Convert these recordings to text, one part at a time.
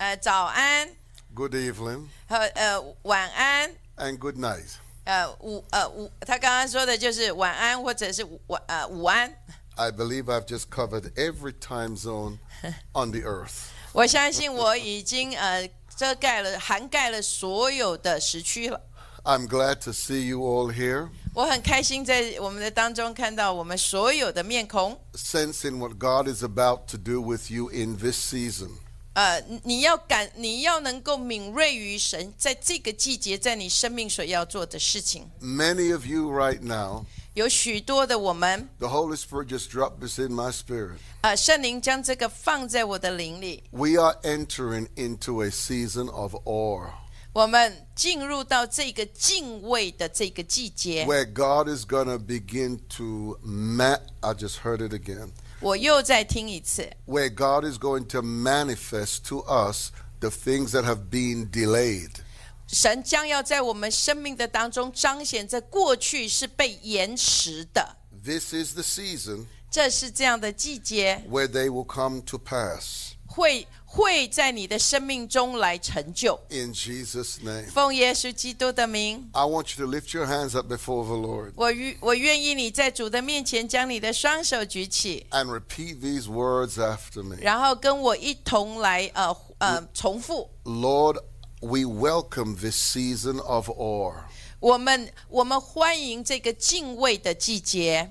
呃早安 Good evening 和呃晚安， and good night. 呃午呃午，他刚刚说的就是晚安或者是午晚呃午安。 I believe I've just covered every time zone on the earth. 我相信我已经呃遮盖了涵盖了所有的时区了。 I'm glad to see you all here, 我很开心在我们的当中看到我们所有的面孔。 sensing what God is about to do with you in this season. 呃，你要感，你要能够敏锐于神在这个季节在你生命所要做的事情。 Many of you right now, 有许多的我们， the Holy Spirit just dropped this in my spirit. 呃，圣灵将这个放在我的灵里， We are entering into a season of awe 我们进入到这个敬畏的这个季节。 where God is going to begin to ma- I just heard it again. 我又再听一次， where God is going to manifest to us the things that have been delayed. 神将要在我们生命的当中彰显这过去是被延迟的， This is the season 这是这样的季节 where they will come to pass 会会在你的生命中来成就。 in Jesus' name. 奉耶稣基督的名， I want you to lift your hands up before the Lord 我愿我愿意你在主的面前将你的双手举起， and repeat these words after me. 然后跟我一同来呃呃重复。 Lord, we welcome this season of awe. 我们我们欢迎这个敬畏的季节，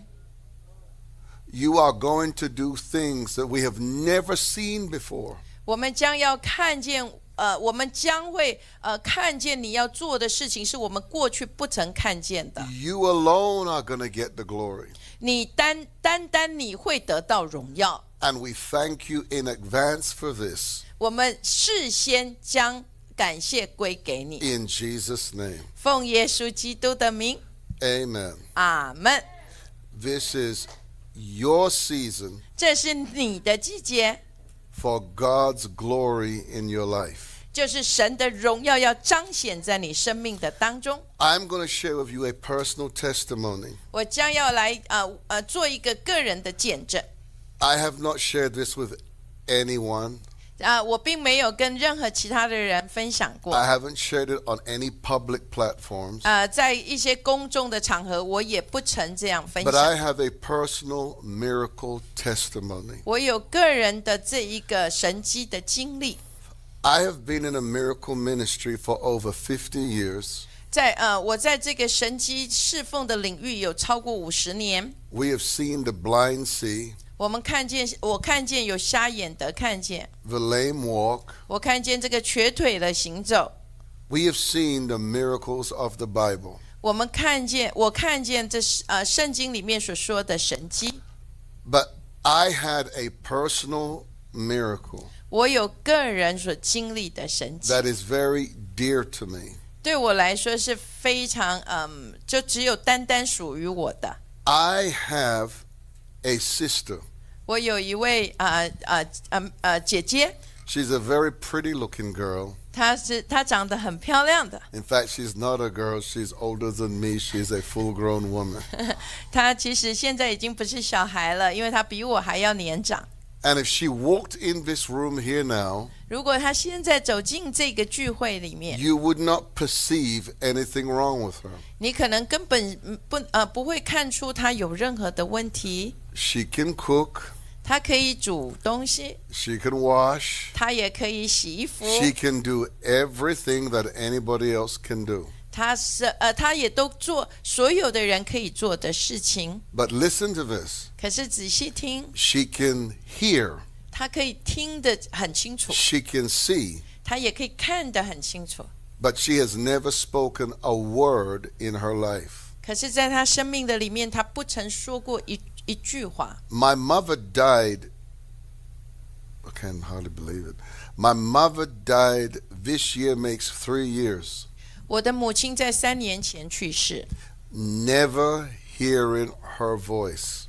You are going to do things that we have never seen before. 我们将要看见呃，我们将会呃看见你要做的事情是我们过去不曾看见的。 You alone are going to get the glory. 你单单单你会得到荣耀， And we thank you in advance for this 我们事先将感谢归给你。 in Jesus' name. 奉耶稣基督的名， Amen. 阿门。 This is your season 这是你的季节， for God's glory in your life. 就是神的荣耀要彰显在你生命的当中。 I'm going to share with you a personal testimony. 我将要来呃呃做一个个人的见证 I have not shared this with anyone, 啊、我并没有跟任何其他的人分享过 I haven't shared it on any public platforms, 呃，在一些公众的场合，我也不曾这样分 but I 享。 have a personal miracle testimony. 我有个人的这一个神机的经历， I have been in a miracle ministry for over 50 years. 在呃，我在这个神机侍奉的领域有超过五十年。 We have seen the blind see, 我们看见，我看见有瞎眼的看见， the lame walk. 我看见这个瘸腿的行走， We have seen the miracles of the Bible. 我们看见，我看见这是呃圣经里面所说的神机。 But I had a personal miracle 我有个人所经历的神迹， that is very dear to me. 对我来说是非常嗯，就只有单单属于我的。 I have a sister. 我有一位呃呃呃呃姐姐， She's a very pretty looking girl. 她是她长得很漂亮的， In fact, she's not a girl, she's older than me. She's a full grown woman. 她其实现在已经不是小孩了，因为她比我还要年长。 And if she walked in this room here now, 如果她现在走进这个聚会里面， you would not perceive anything wrong with her. 你可能根本嗯不呃不会看出她有任何的问题。 She can cook, 她可以煮东西， she can wash, 她也可以洗衣服， she can do everything that anybody else can do. 她是呃她也都做所有的人可以做的事情。 But listen to this. 可是仔细听， She can hear. 她可以听得很清楚， She can see. 她也可以看得很清楚。 But she has never spoken a word in her life. 可是，在他生命的里面，他不曾说过一一句话。 My mother died. I can hardly believe it. My mother died this year, makes three years. 我的母亲在三年前去世， Never hearing her voice.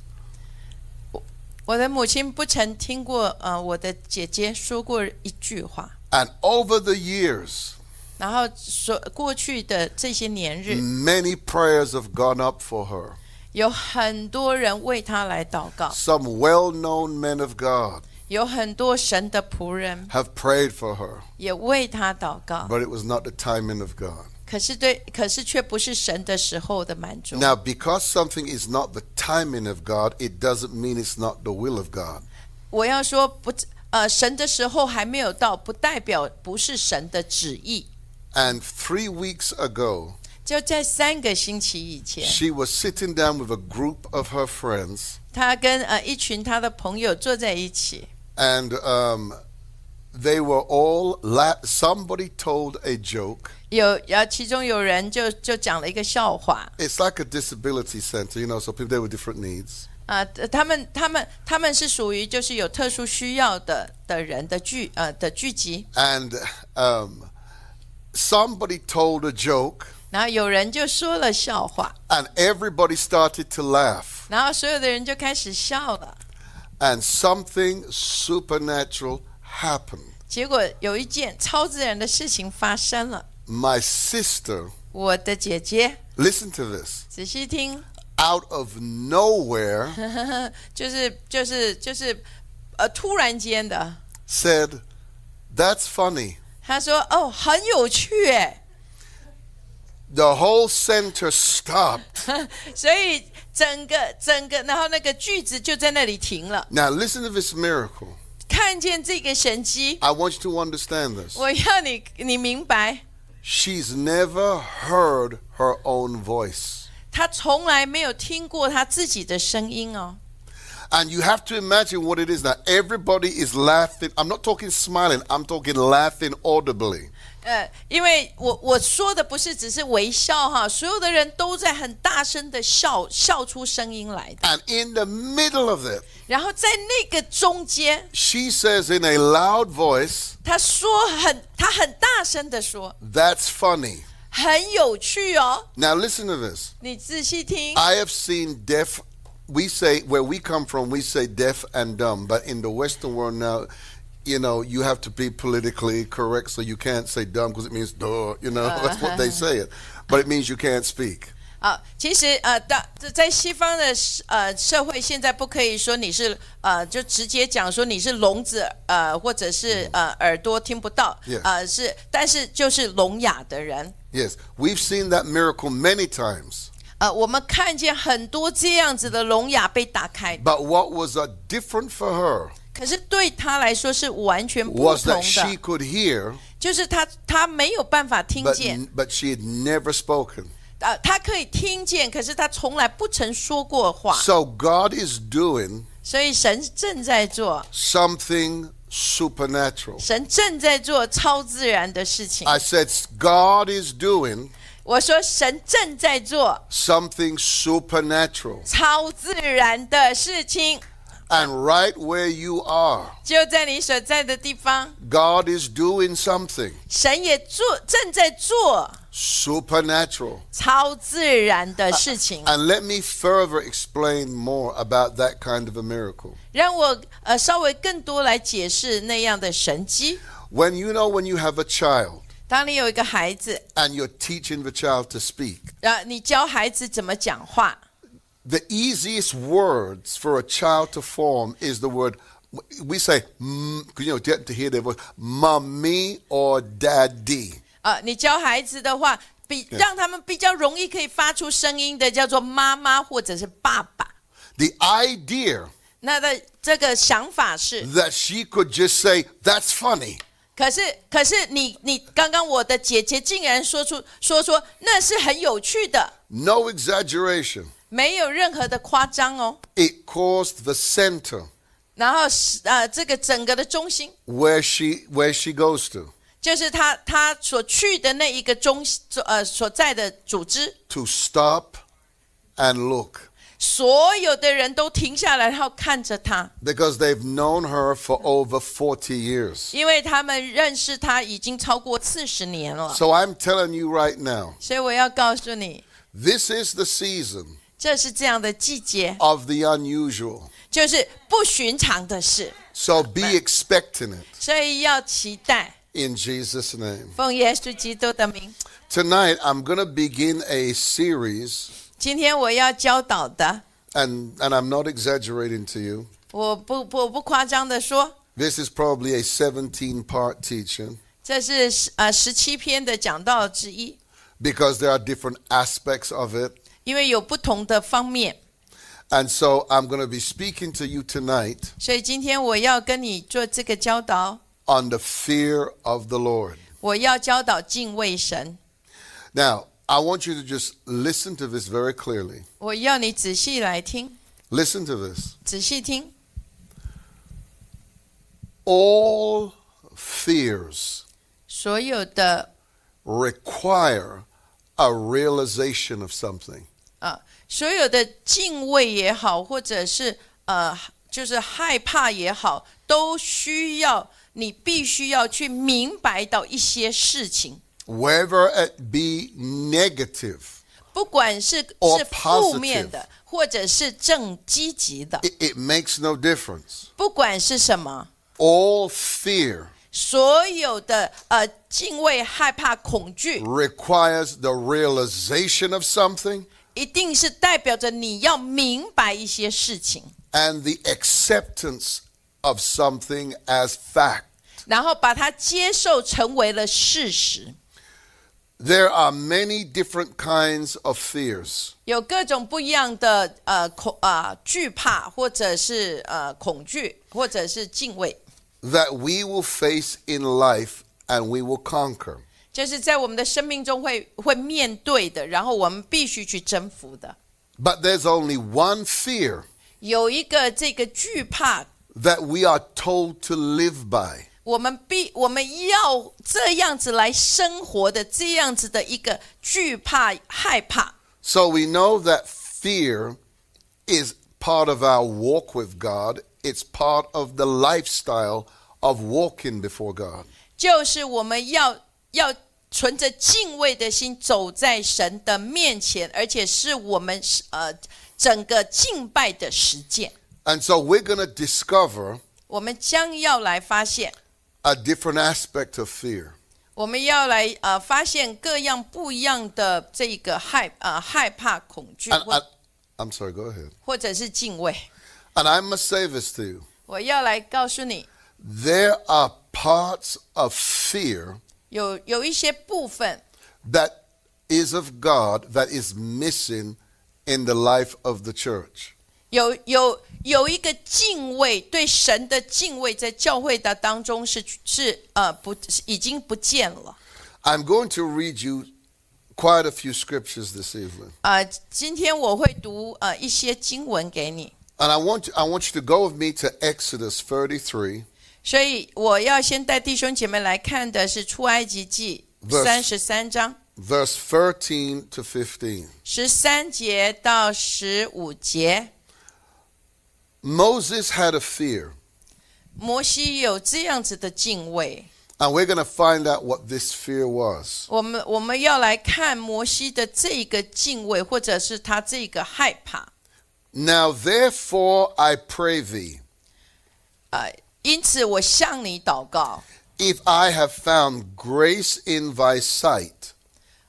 我的母亲不曾听过呃我的姐姐说过一句话。 And over the years, 然后所过去的这些年日， many prayers have gone up for her. 有很多人为她来祷告， Some well known men of God, 有很多神的仆人 have prayed for her, 也为他祷告， but it was not the timing of God. 可是对，可是却不是神的时候的满足。 Now, because something is not the timing of God, it doesn't mean it's not the will of God. 我要说不，呃，神的时候还没有到，不代表不是神的旨意。 And three weeks ago, 就在三个星期以前， she was sitting down with a group of her friends, 他跟呃一群他的朋友坐在一起， and um, they were all. La- somebody told a joke. 有呃其中有人就就讲了一个笑话 It's like a disability center, you know, so people there with different needs. 啊、呃他们他们他们是属于就是有特殊需要的的人的聚呃的聚集， And um, somebody told a joke, 然后有人就说了笑话， and everybody started to laugh. 然后所有的人就开始笑了， and something supernatural happened. 结果有一件超自然的事情发生了， My sister, 我的姐姐 listen to this, 仔细听， out of nowhere 就是就是就是呃突然间的， said, That's funny. 她说哦很有趣哎。 The whole center stopped. 所以整个整个，然后那个句子就在那里停了。 Now, listen to this miracle. 看见这个神机， I want you to understand this. 我要你你明白， She's never heard her own voice. 他从来没有听过他自己的声音哦。 And you have to imagine what it is now. Everybody is laughing. I'm not talking smiling, I'm talking laughing audibly. 呃，因为我我说的不是只是微笑哈，所有的人都在很大声的笑，笑出声音来的。 And in the middle of it, 然后在那个中间， she says in a loud voice, 他说很，他很大声的说， That's funny. 很有趣哦。 Now listen to this. 你仔细听， I have seen deaf we say where we come from we say deaf and dumb, but in the Western world now, you know, you have to be politically correct so you can't say dumb because it means duh, you know, that's what they say it. But it means you can't speak. 啊，其实呃，到在西方的呃社会，现在不可以说你是呃，就直接讲说你是聋子呃，或者是呃耳朵听不到嗯 Yeah. 呃是，但是就是聋哑的人， Yes. We've seen that miracle many times. 呃，我们看见很多这样子的聋哑被打开， But what was uh, different for her 可是对他来说是完全不 was 同 that she 的， could hear, 就是他他没有办法听 but, 见， but she had never spoken. 呃，他可以听见，可是他从来不曾说过话， So God is doing 所以神正在做， something supernatural. 神正在做超自然的事情。 I said, God is doing 我说神正在做 something supernatural. 超自然的事情， And right where you are, 就在你所在的地方， God is doing something 神也做正在做 supernatural. 超自然的事情。 And let me further explain more about that kind of a miracle. 让我呃稍微更多来解释那样的神机。 When you know when you have a child 当你有一个孩子， and you're teaching the child to speak, 呃，你教孩子怎么讲话， the easiest words for a child to form is the word we say mm, you know get to hear their voice mommy or daddy 呃，你教孩子的话，比让他们比较容易可以发出声音的，叫做妈妈或者是爸爸。 the idea 那的这个想法是， that she could just say that's funny 可是，可是你你刚刚我的姐姐竟然说出说说那是很有趣的， no exaggeration 没有任何的夸张哦。 it caused the center 然后是呃，这个整个的中心 where she where she goes to 就是他他所去的那一个中心呃所在的组织， to stop and look 所有的人都停下来，然后看着他， because they've known her for over 40 years 因为他们认识他已经超过四十年了。 so i'm telling you right now 所以我要告诉你， this is the season 这是这样的季节， of the unusual 就是不寻常的事， So be expecting it 所以要期待。 in Jesus' name. 奉耶稣基督的名。 Tonight, I'm going to begin a series, 今天我要教导的， and, and I'm not exaggerating to you, 我不不我不夸张的说， This is probably a 17 part teaching 这是呃十七篇的讲道之一， because there are different aspects of it. 因为有不同的方面， And so I'm going to be speaking to you tonight 所以今天我要跟你做这个教导， on the fear of the Lord. 我要教导敬畏神， Now, I want you to just listen to this very clearly. 我要你仔细来听， Listen to this. 仔细听， All fears 所有的 require a realization of something. 啊，所有的敬畏也好，或者是呃，就是害怕也好，都需要你必须要去明白到一些事情， whether it be negative, 不管是 Or 是负面的，或者是正积极的， it, it makes no difference. 不管是什么， All fear 所有的呃敬畏、害怕、恐惧， requires the realization of something 一定是代表着你要明白一些事情， and the acceptance of something as fact. 然后把它接受成为了事实。 There are many different kinds of fears. 有各种不一样的呃恐啊、惧怕，或者是呃恐惧，或者是敬畏， That we will face in life and we will conquer. 就是在我们的生命中会会面对的，然后我们必须去征服的。 But there's only one fear 有一个这个惧怕， that we are told to live by. 我们必我们要这样子来生活的这样子的一个惧怕害怕， So we know that fear is part of our walk with God. It's part of the lifestyle of walking before God. 就是我们要要存着敬畏的心走在神的面前，而且是我们呃整个敬拜的实践。 And so we're going to discover 我们将要来发现， a different aspect of fear. 我们要来呃发现各样不一样的这个害呃害怕、恐惧 And, 或 and- I'm sorry, go ahead. 或者是敬畏。 And I must say this to you 我要来告诉你， there are parts of fear 有有一些部分 that is of God that is missing in the life of the church. 有有有一个敬畏，对神的敬畏，在教会的当中是是呃不是已经不见了。 I'm going to read you quite a few scriptures this evening. 呃，今天我会读呃一些经文给你， And I want I want you to go with me to Exodus 33, 所以我要先带弟兄姐妹来看的是出埃及记 Verse 三十三章。 verse 13 to 15. 十三节到十五节， Moses had a fear, 摩西有这样子的敬畏。 and we're going to find out what this fear was. 我们我们要来看摩西的这个敬畏，或者是他这个害怕。 Now therefore I pray thee, 呃，因此我向你祷告， if I have found grace in thy sight,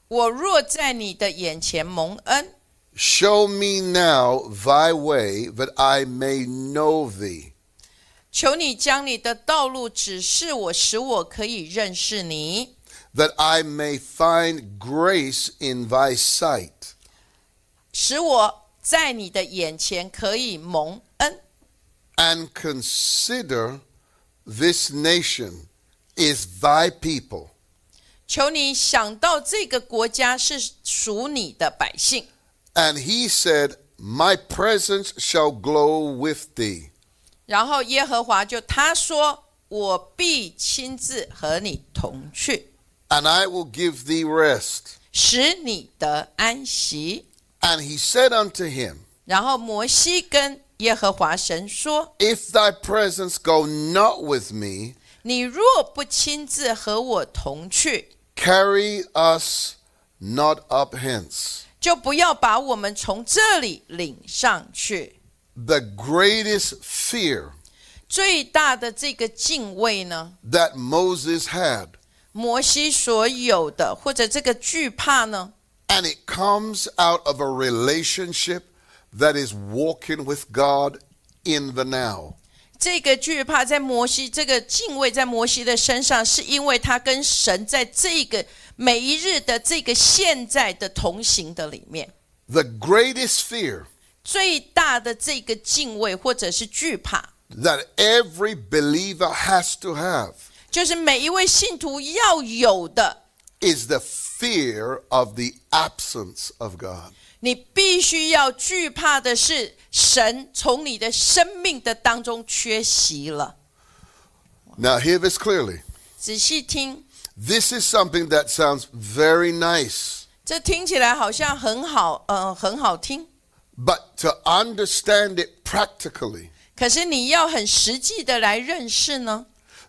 我若在你的眼前蒙恩， show me now thy way that I may know thee, 求你将你的道路指示我，使我可以认识你， that I may find grace in thy sight. 使我在你的眼前可以蒙恩。 and consider this nation is thy people, 求你想到这个国家是属你的百姓。 and he said, My presence shall glow with thee. 然后耶和华就他说：“我必亲自和你同去， And I will give thee rest. 使你得安息。 And he said unto him, ”然后摩西跟耶和华神说 If thy presence go not with me,：“ 你若不亲自和我同去， carry us not up hence. 就不要把我们从这里领上去。 The greatest fear ”最大的这个敬畏呢， that Moses had, 摩西所有的或者这个惧怕呢， And it comes out of a relationship that is walking with God in the now. 这个惧怕在摩西，这个敬畏在摩西的身上，是因为他跟神在这个每一日的这个现在的同行的里面， The greatest fear 最大的这个敬畏或者是惧怕， that every believer has to have 就是每一位信徒要有的。 is the fear of the absence of God. 你必须要惧怕的是，神从你的生命的当中缺席了。 Now, hear this clearly. 仔细听， This is something that sounds very nice, 这听起来好像很好，呃，很好听。 but to understand it practically, 可是你要很实际的来认识呢。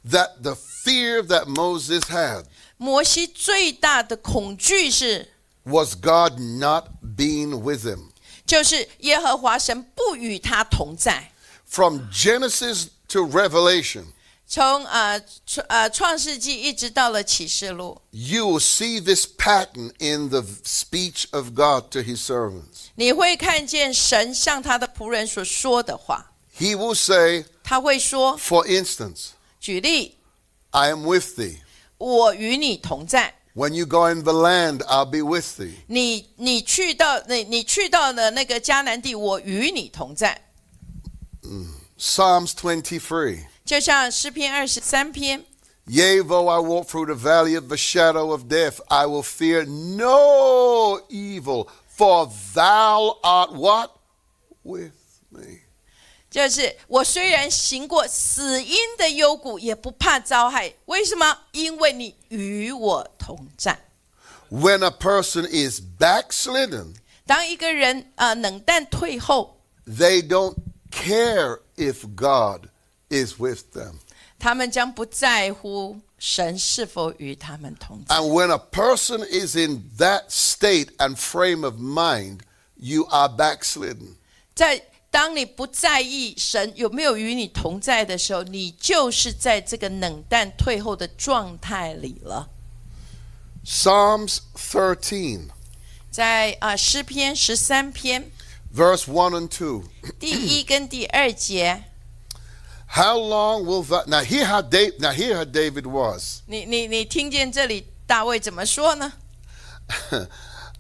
that the fear that Moses had 摩西最大的恐惧是， was God not being with him. 就是耶和华神不与他同在。 From Genesis to Revelation, 从呃创呃创世纪一直到了启示录， you will see this pattern in the speech of God to his servants. 你会看见神向他的仆人所说的话。 He will say, 他会说， for instance, 举例， I am with thee. 我与你同在。 When you go in the land, I'll be with thee. 你你去到你你去到了那个迦南地，我与你同在。 Psalms 23. 就像诗篇二十三篇， Yea, though I walk through the valley of the shadow of death, I will fear no evil, for thou art what? With me. 就是我虽然行过死荫的幽谷，也不怕遭害。为什么？因为你与我同在。 When a person is backslidden, 当一个人啊、呃冷淡退后， they don't care if God is with them. 他们将不在乎神是否与他们同在。 And when a person is in that state and frame of mind, you are backslidden. 在当你不在意神有没有与你同在的时候，你就是在这个冷淡退后的状态里了。 Psalms 13, 在啊、诗篇十三篇 verse 1 and 2. 第一跟第二节， How long will thou now hear how David now hear how David was. 你你你听见这里大卫怎么说呢？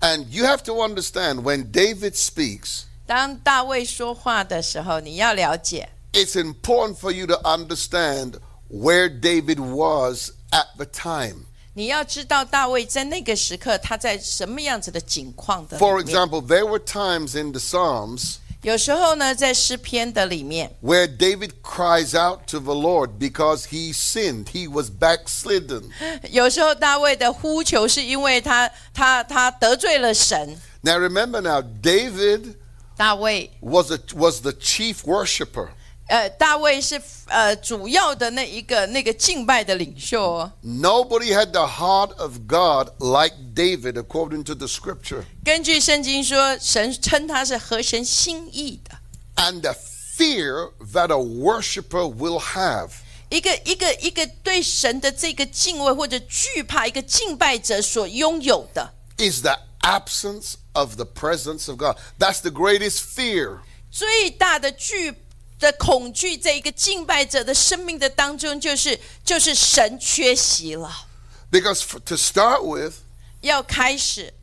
and you have to understand when David speaks, 当大卫说话的时候，你要了解， it's important for you to understand where David was at the time. 你要知道大卫在那个时刻他在什么样子的境况的里 For 面。 example, there were times in the Psalms 有时候呢，在诗篇的里面， where David cries out to the Lord because he sinned, he was backslidden. 有时候大卫的呼求是因为他他他得罪了神。 Now remember now, David 大卫， was a, was the chief worshiper. 呃，大卫是呃主要的那一个那个敬拜的领袖、哦。 Nobody had the heart of God like David, according to the scripture. 根据圣经说，神称他是合神心意的。 And the fear that a worshiper will have. 一个一个一个对神的这个敬畏或者惧怕，一个敬拜者所拥有的， is the absence of the presence of God. That's the greatest fear. 最大的惧的恐惧，在一个敬拜者的生命的当中，就是就是神缺席了。 Because f to start with, 要开始，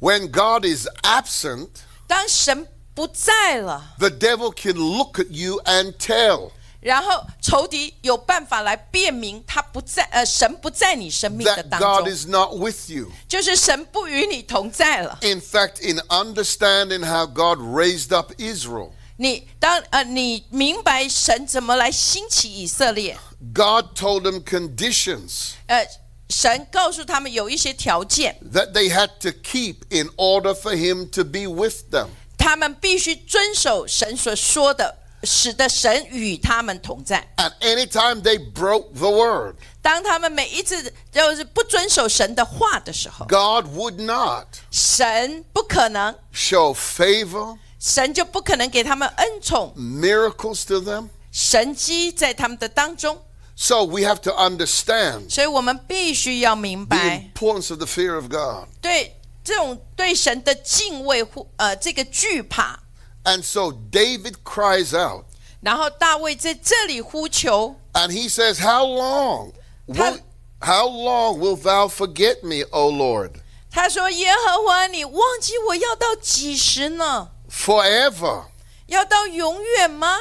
when God is absent, 当神不在了， the devil can look at you and tell 然后仇敌有办法来辨明他不在，呃，神不在你生命的 that 当 God 中， is not with you. 就是神不与你同在了。 In fact, in understanding how God raised up Israel, 你当呃，你明白神怎么来兴起以色列， God told them conditions 呃，神告诉他们有一些条件， that they had to keep in order for him to be with them. 他们必须遵守神所说的，使得神与他们同在。 And anytime they broke the word, 当他们每一次就是不遵守神的话的时候， God would not 神不可能， show favor, 神就不可能给他们恩宠、 miracles to them. 神机在他们的当中。 So we have to understand 所以我们必须要明 the 白， importance of the fear of God. 对这种对神的敬畏或呃这个惧怕。 And so David cries out 然后大卫在这里呼求， And he says, How long? Will, Tal- how long wilt thou forget me, O Lord? 他说：“耶和华，你忘记我要到几时呢？ Forever. 要到永远吗？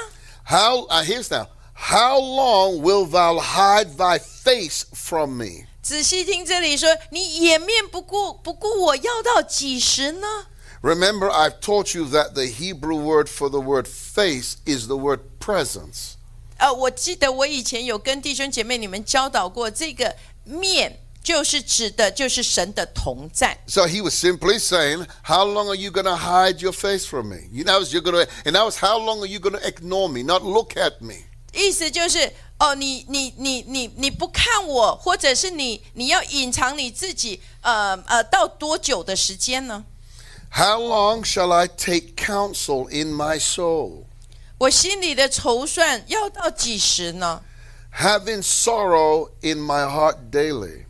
How uh, here's now. How long wilt thou hide thy face from me? 仔细听这里说，你掩面不顾，不顾我要到几时呢？ Remember, I've taught you that the Hebrew word for the word face is the word presence. 呃，我记得我以前有跟弟兄姐妹你们教导过，这个面就是指的就是神的同在。 So he was simply saying, How long are you going to hide your face from me? You know, you're going to, and that was how long are you going to ignore me, not look at me? 意思就是哦，你你你你你不看我，或者是你你要隐藏你自己，呃呃，到多久的时间呢？ How long shall I take counsel in my soul, 我心里的筹算要到几时呢？ having sorrow in my heart daily?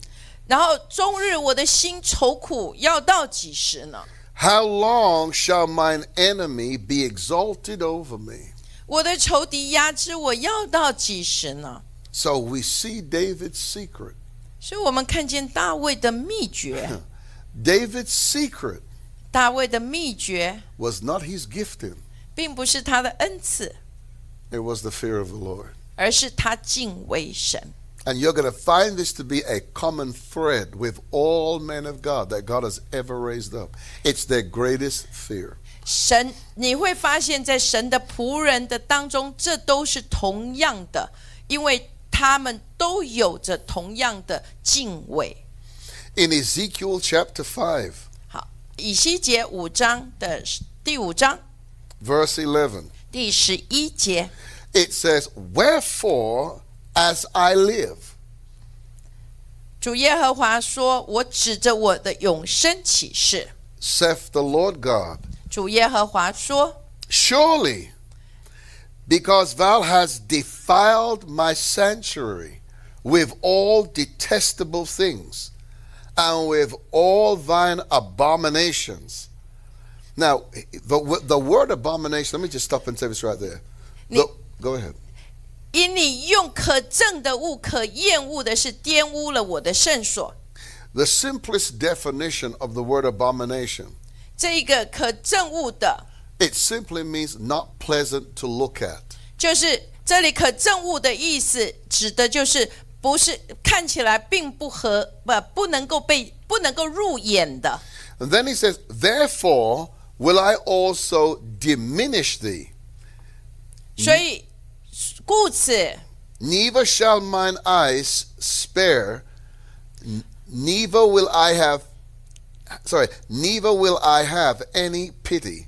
然后终日我的心愁苦要到几时呢？ How long shall mine enemy be exalted over me? 我的仇敌压制我要到几时呢？ So we see David's secret. 所以我们看见大卫的秘诀， David's secret 大卫的秘诀 was not his gifting, 并不是他的恩赐， it was the fear of the Lord. 而是他敬畏神。 And you're going to find this to be a common thread with all men of God that God has ever raised up. It's their greatest fear. 神，你会发现在神的仆人的当中，这都是同样的，因为他们都有着同样的敬畏。 In Ezekiel chapter 5, 好，以西结五章的第五章 verse 11, 第十一节， it says, Wherefore, as I live, 主耶和华说：“我指着我的永生起誓。 saith the Lord God, ”主耶和华说 Surely, because thou hast defiled my sanctuary with all detestable things and with all thine abominations. Now, the, the word abomination, let me just stop and say this right there. The- go ahead.：“ 因你用可憎的物、可厌恶的事玷污了我的圣所。 The simplest definition of the word abomination, ”这一个可憎恶的， it simply means not pleasant to look at. 就是这里可憎恶的意思，指的就是不是看起来并不合不不能够被不能够入眼的。 And then he says, Therefore will I also diminish thee. 所以，故此， Neither shall mine eyes spare, n- neither will I have, sorry, neither will I have any pity.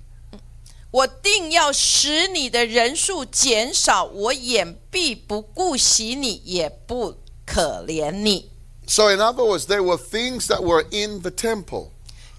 我定要使你的人数减少，我眼必不顾惜你，也不可怜你。 So, in other words, there were things that were in the temple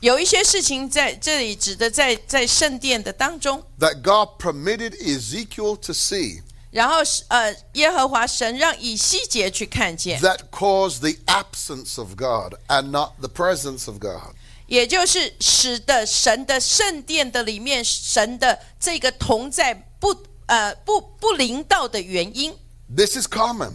有一些事情在这里指的在在圣殿的当中， that God permitted Ezekiel to see 然后是呃，耶和华神让以西结去看见， that caused the absence of God and not the presence of God. 也就是使得神的圣殿的里面，神的这个同在不呃不不灵到的原因， This is common.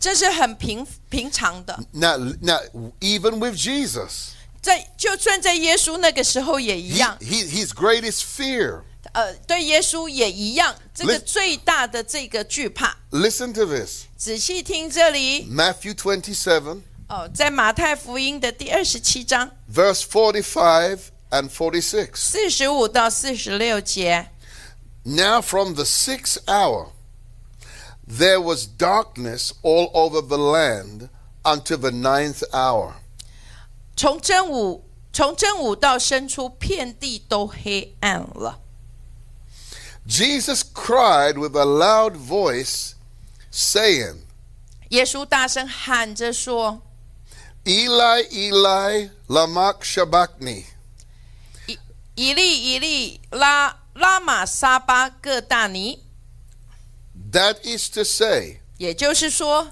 这是很平平常的。 Now, now, even with Jesus, 在就算在耶稣那个时候也一 he, 样， he, his greatest fear, 呃，对耶稣也一样，这个 Listen- 最大的这个惧怕。 listen to this 仔细听这里 Matthew 27. 哦，在马太福音的第二十七章 verse 45 and 46. 四十五到四十六节， Now, from the sixth hour, there was darkness all over the land unto the ninth hour. 从正午从正午到深处，遍地都黑暗了。 Jesus cried with a loud voice, saying, 耶稣大声喊着说 Eli, Eli, Lamak Shabakni.：“ 以利以利拉拉玛撒巴各大尼。 That is to say, ”也就是说，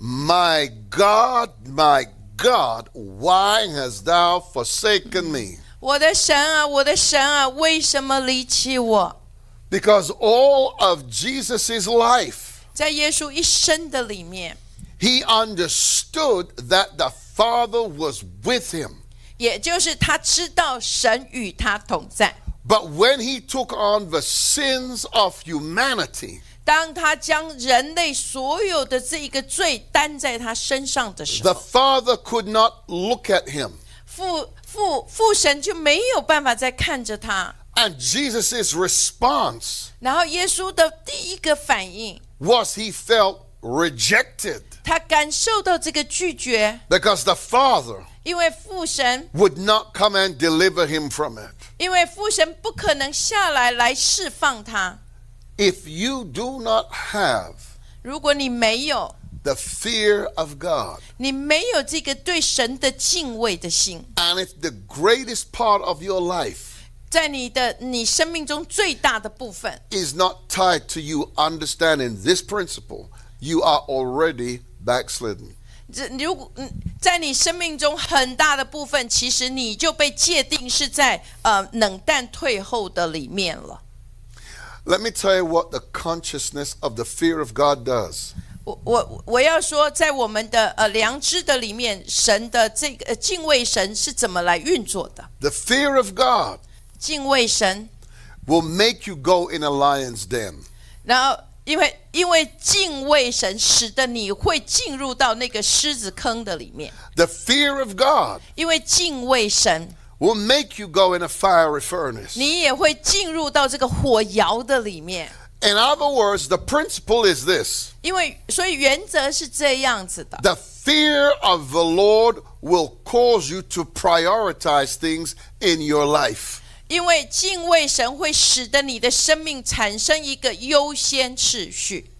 My God, my God, why hast thou forsaken me? 我的神啊，我的神啊，为什么离弃我？ Because all of Jesus' life, 在耶稣一生的里面， he understood that the Father was with him. 也就是他知道神与他同在。 But when he took on the sins of humanity, 当他将人类所有的这一个罪担在他身上的时 the 候， Father could not look at him. 父父父神就没有办法再看着他。 And Jesus' response 然后耶稣的第一个反应， was he felt rejected 他感受到这个拒绝， because the Father 因为父神， would not come and deliver him from it. 因为父神不可能下来来释放他。 If you do not have 如果你没有， the fear of God, 你没有这个对神的敬畏的心， and if the greatest part of your life 在你的你生命中最大的部分， is not tied to you understanding this principle, you are already backslidden. 这如果嗯，在你生命中很大的部分，其实你就被界定是在呃冷淡退后的里面了。 Let me tell you what the consciousness of the fear of God does. 我我我要说，在我们的呃良知的里面，神的这个、呃敬畏神是怎么来运作的？ The fear of God 敬畏神， will make you go in a lion's den. 然后因为因为敬畏神，使得你会进入到那个狮子坑的里面， The fear of God 因为敬畏神， will make you go in a fiery furnace. 你也会进入到这个火窑的里面。 In other words, the principle is this 因为所以原则是这样子的， the fear of the Lord will cause you to prioritize things in your life. 因为敬畏神会使得你的生命产生一个优先次序。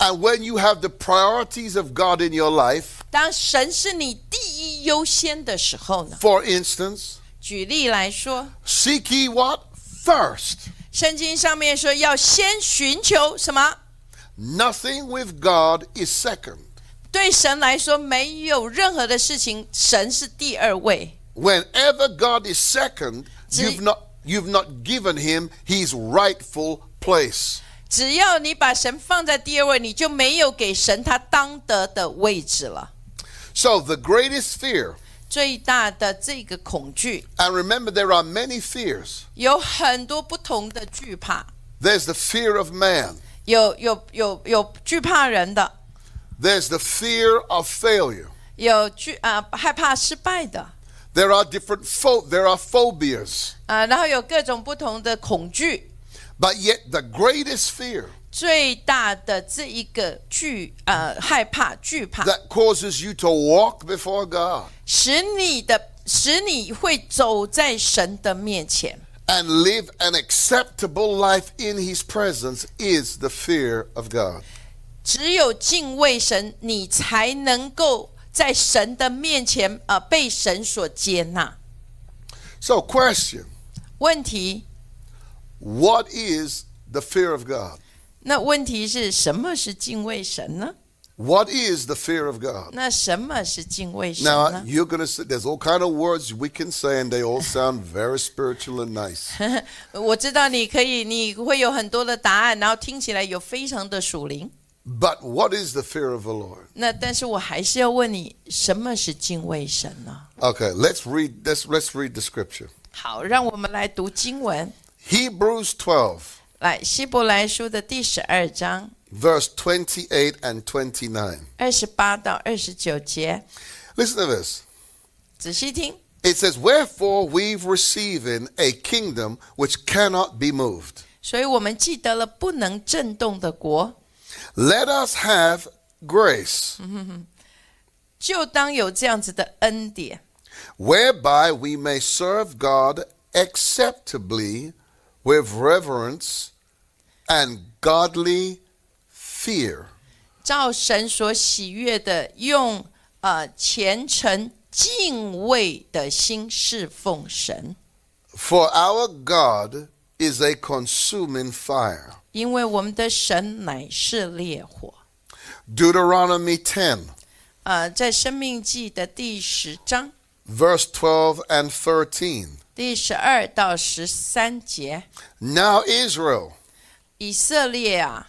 And when you have the priorities of God in your life, 当神是你第一优先的时候呢？ for instance, 举例来说， seek ye what? First. 圣经上面说要先寻求什么？ Nothing with God is second. 对神来说，没有任何的事情，神是第二位。 Whenever God is second, So- you've not you've not given him his rightful place. 只要你把神放在第二位，你就没有给神他当得的位置了。 So the greatest fear, 最大的这个恐惧， and remember there are many fears. 有很多不同的惧怕， There's the fear of man. 有有有有惧怕人的， There's the fear of failure. 有惧啊、害怕失败的 There are different pho- there are phobias. 啊、然后有各种不同的恐惧。 But yet the greatest fear 最大的这一个惧呃害怕惧怕， that causes you to walk before God 使你的使你会走在神的面前， and live an acceptable life in his presence is the fear of God. 只有敬畏神，你才能够在神的面前呃被神所接纳。 So question 问题， What is the fear of God? 那问题是什么是敬畏神呢？ What is the fear of God? 那什么是敬畏神 Now 呢？ you're gonna say there's all kind of words we can say and they all sound very spiritual and nice. 我知道你可以，你会有很多的答案，然后听起来有非常的属灵。 But what is the fear of the Lord? 那但是我还是要问你，什么是敬畏神呢？ Okay, let's read let's let's read the scripture. 好，让我们来读经文， Hebrews 12, 来希伯来书的第十二章 verse 28 and 29. 二十八到二十九节， Listen to this. 仔细听。 It says, Wherefore we've receiving a kingdom which cannot be moved. 所以我们记得了不能震动的国， Let us have grace. 就当有这样子的恩典， whereby we may serve God acceptably with reverence and godly fear. 照神所喜悦的，用呃虔诚敬畏的心侍奉神， For our God is a consuming fire. 因为我们的神乃是烈火。 Deuteronomy 10, 呃，在《生命记》的第十章 verse 12 and 13. 第十二到十三节， Now, Israel, 以色列啊，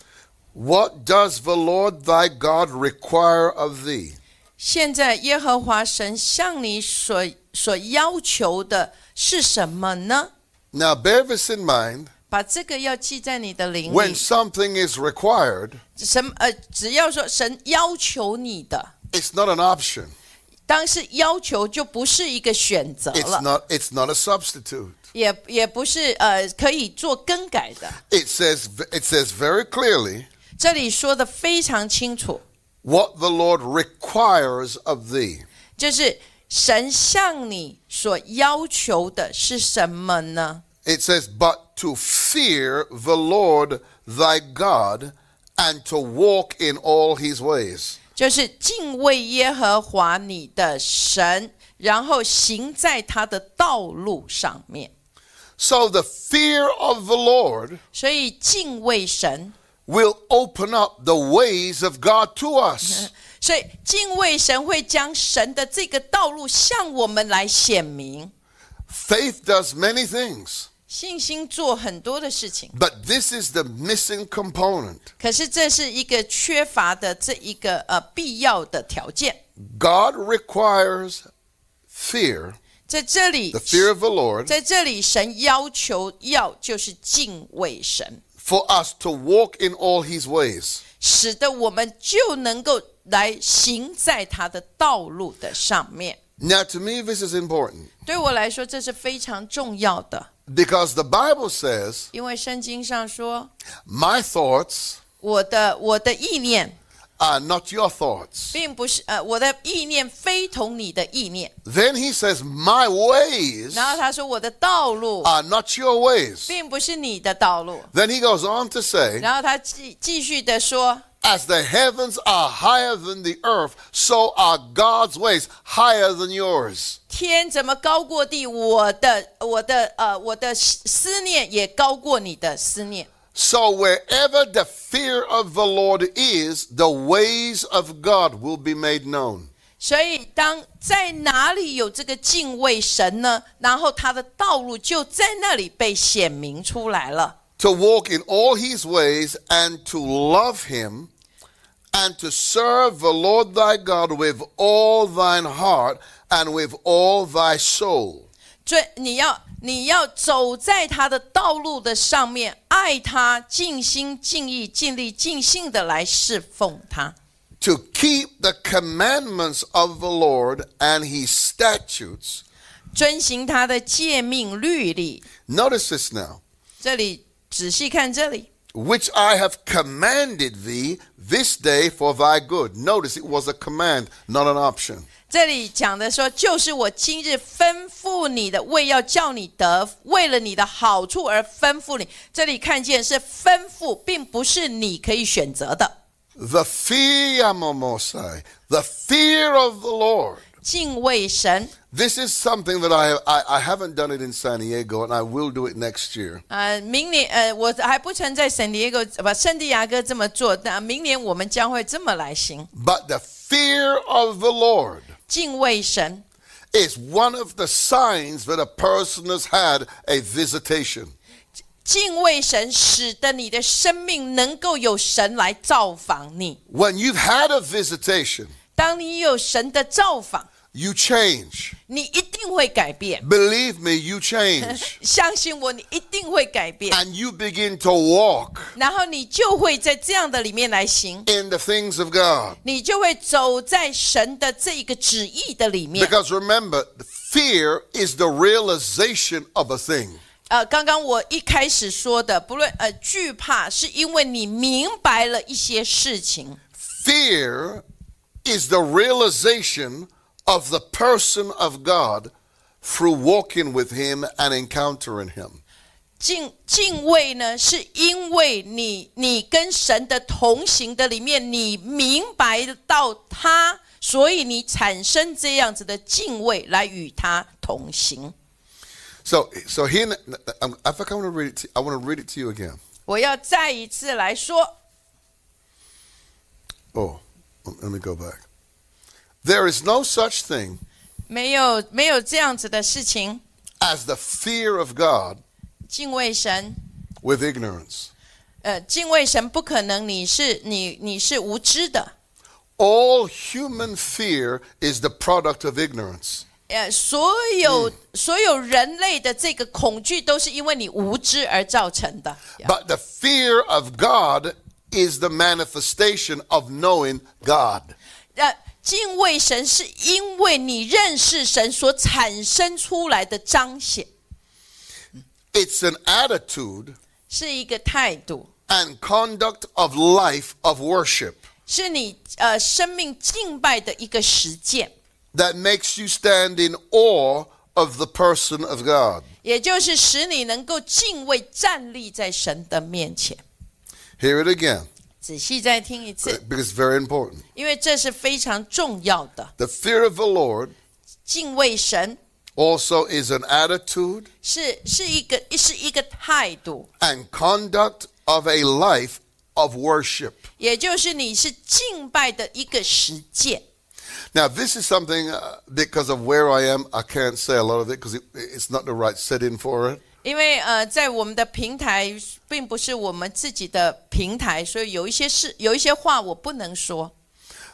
What does the Lord thy God require of thee? 现在耶和华神向你所所要求的是什么呢？ Now bear this in mind 把这个要记在你的灵 when 里。 something is required, 什么呃，只要说神要求你的， it's not an option. 当是要求就不是一个选择 It's 了， not it's not a substitute. 也也不是呃可以做更改的。 It says it says very clearly 这里说的非常清楚， what the Lord requires of thee. 就是神向你所要求的是什么呢？ It says, But to fear the Lord thy God and to walk in all his ways. 就是敬畏耶和华你的神，然后行在他的道路上面。 So the fear of the Lord 所以敬畏神， will open up the ways of God to us. 所以敬畏神会将神的这个道路向我们来显明。 Faith does many things, 信心做很多的事情， but this is the missing component. 可是这是一个缺乏的这一个呃必要的条件。 God requires fear, 在这里 the，fear of the Lord, 在这里，神要求要就是敬畏神， for us to walk in all his ways. 使得我们就能够来行在他的道路的上面。 Now, to me, this is important 对我来说，这是非常重要的， because the Bible says, 因为圣经上说， My thoughts 我的我的意念 are not your thoughts. 并不是呃，我的意念非同你的意念。 Then he says, My ways 然后他说，我的道路 are not your ways. 并不是你的道路。 Then he goes on to say, 然后他继继续的说， As the heavens are higher than the earth, so are God's ways higher than yours. 天怎么高过地？我的我的呃我的思思念也高过你的思念。 So wherever the fear of the Lord is, the ways of God will be made known. 所以，当在哪里有这个敬畏神呢？然后他的道路就在那里被显明出来了。 To walk in all his ways and to love him and to serve the Lord thy God with all thine heart and with all thy soul. 最你要你要走在他的道路的上面，爱他，尽心尽意、尽力尽性的来侍奉他， To keep the commandments of the Lord and his statutes. 遵行他的诫命律例。 Notice this now. 这里仔细看这里， which I have commanded thee this day for thy good. Notice it was a command, not an option. 这里讲的说，就是我今日吩咐你的，为要叫你得，为了你的好处而吩咐你。这里看见是吩咐，并不是你可以选择的。 The fear, Yamamosai, the fear of the Lord. 敬畏神， This is something that I, I I haven't done it in San Diego, and I will do it next year. 呃，明年呃，我还不曾在圣地亚哥呃不圣地亚哥这么做，但明年我们将会这么来行。 But the fear of the Lord 敬畏神 is one of the signs that a person has had a visitation. 敬畏神，使得你的生命能够有神来造访你。 When you've had a visitation, 当你有神的造访， you change. 你一定会改变。 Believe me, you change. 相信我，你一定会改变， and you begin to walk 然后你就会在这样的里面来行， in the things of God. 你就会走在神的这一个旨意的里面。 Because remember, fear is the realization of a thing. 呃，刚刚我一开始说的，不论呃惧怕，是因为你明白了一些事情， Fear is the realization of the person of God through walking with Him and encountering Him. 敬敬畏呢，是因为你你跟神的同行的里面，你明白到他，所以你产生这样子的敬畏来与他同行。 So, so here, I'm- I think I want to read it. To, I want to read it to you again. 我要再一次来说。 Oh, let me go back. There is no such thing 没有没有这样子的事情， as the fear of God 敬畏神， with ignorance. 呃，敬畏神不可能你是你你是无知的， All human fear is the product of ignorance. 呃，所有、所有人类的这个恐惧都是因为你无知而造成的。 But the fear of God is the manifestation of knowing God. 呃，敬畏神是因为你认识神所产生出来的彰显， It's an attitude 是一个态度， and conduct of life of worship 是你呃生命敬拜的一个实践， that makes you stand in awe of the person of God. 也就是使你能够敬畏站立在神的面前。 Hear it again 仔细再听一次， because it's very important. 因为这是非常重要的。 The fear of the Lord 敬畏神 also is an attitude 是是一个是一个态度， and conduct of a life of worship. 也就是你是敬拜的一个实践。 Now, this is something uh, because of where I am, I can't say a lot of it because it, it's not the right setting for it. 因为呃，在我们的平台并不是我们自己的平台，所以有一些事有一些话我不能说。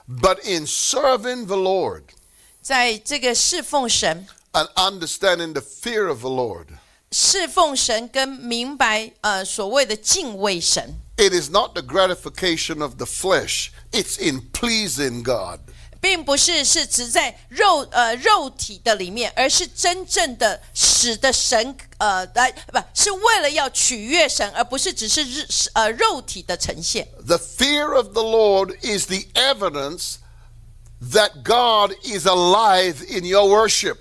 But in serving the Lord 在这个侍奉神、 and understanding the fear of the Lord, 侍奉神跟明白呃所谓的敬畏神， it is not the gratification of the flesh, it's in pleasing God. 并不是是只在肉呃肉体的里面，而是真正的使得神呃来不是为了要取悦神，而不是只是日呃肉体的呈现。 The fear of the Lord is the evidence that God is alive in your worship.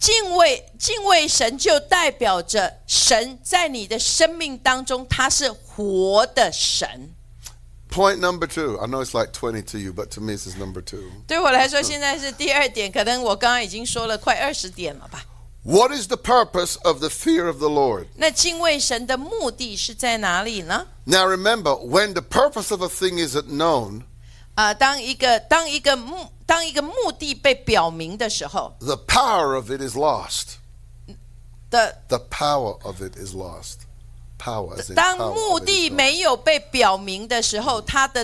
敬畏敬畏神，就代表着神在你的生命当中，他是活的神。 Point number two. I know it's like 20 to you, but to me, this is number two. 对我来说，现在是第二点，可能我刚刚已经说了快二十点了吧。 What is the purpose of the fear of the Lord? 那敬畏神的目的是在哪里呢？ Now remember, when the purpose of a thing isn't known, 啊、当一个当一个目当一个目的被表明的时候 the power of it is lost. 的， The power of it is lost. Power. As in 当 power 目 of it is 的 lost. 没有被表明的时候，他的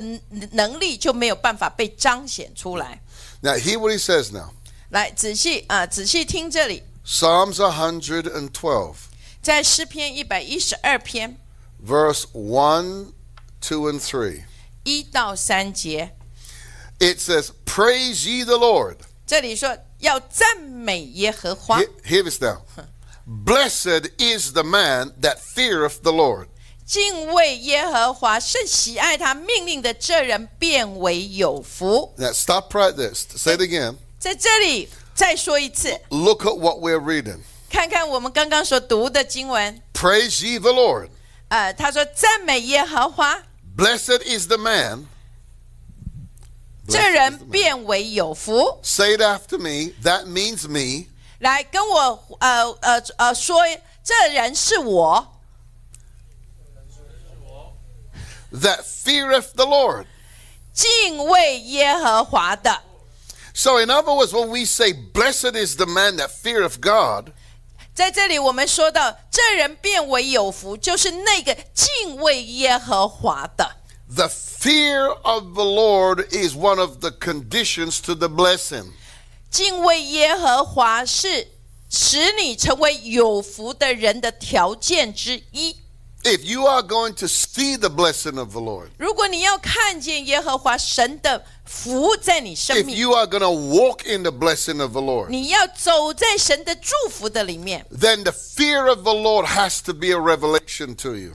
能力就没有办法被彰显出来。 Now hear what he says now. 来，仔细啊、仔细听这里， Psalms 112, 在诗篇一百一十二篇 verse 1, 2, and 3. 一到三节， It says, "Praise ye the Lord." 这里说要赞美耶和华 He- hear this now. Blessed is the man that feareth the Lord. 敬畏耶和华，甚喜爱他命令的这人变为有福。 Now stop right there. Say it again. 在这里再说一次， Look at what we're reading. 看看我们刚刚所读的经文。 Praise ye the Lord. 呃，他说赞美耶和华， Blessed is the man. Blessed is 这 the 人 man. 变为有福。 Say it after me. That means me. 来跟我呃呃呃说，这人是我， That feareth the Lord. 敬畏耶和华的。 So, in other words, when we say, Blessed is the man that feareth God, 在这里，我们说到这人变为有福，就是那个敬畏耶和华的。 the fear of the Lord is one of the conditions to the blessing. 敬畏耶和华是使你成为有福的人的条件之一。 If you are going to see the blessing of the Lord, 如果你要看见耶和华神的福在你生 if 命， you are going to walk in the blessing of the Lord, 你要走在神的祝福的里面。 then the fear of the Lord has to be a revelation to you.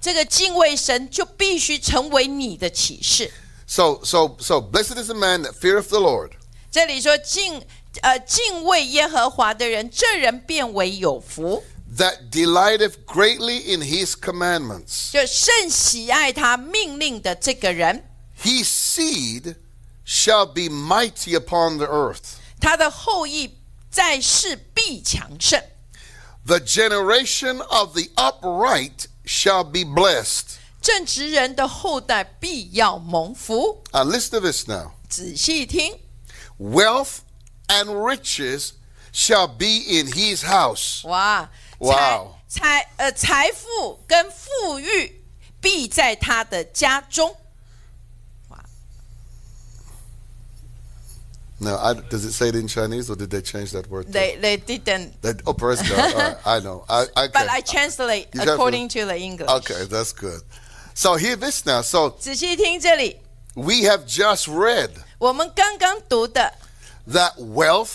这个敬畏神就必须成为你的启示。 So, so, so, blessed is the man that feareth the Lord. 这里说敬呃敬畏耶和华的人，这人变为有福， that delighteth greatly in his commandments. 就甚喜爱他命令的这个人， His seed shall be mighty upon the earth. 他的后裔在世必强盛。 The generation of the upright shall be blessed. 正直人的后代必要蒙福。 And listen to this now 仔细听， wealth and riches shall be in his house. 哇，哇哦呃财财呃财富跟富裕必在他的家中。 No, I, does it say it in Chinese or did they change that word? too? They they didn't, They- oh, praise God. All right, I know. I, I but can- I translate You got it. according to the English. Okay, that's good. So hear this now. So 仔细听这里， we have just read 我们刚刚读的， that wealth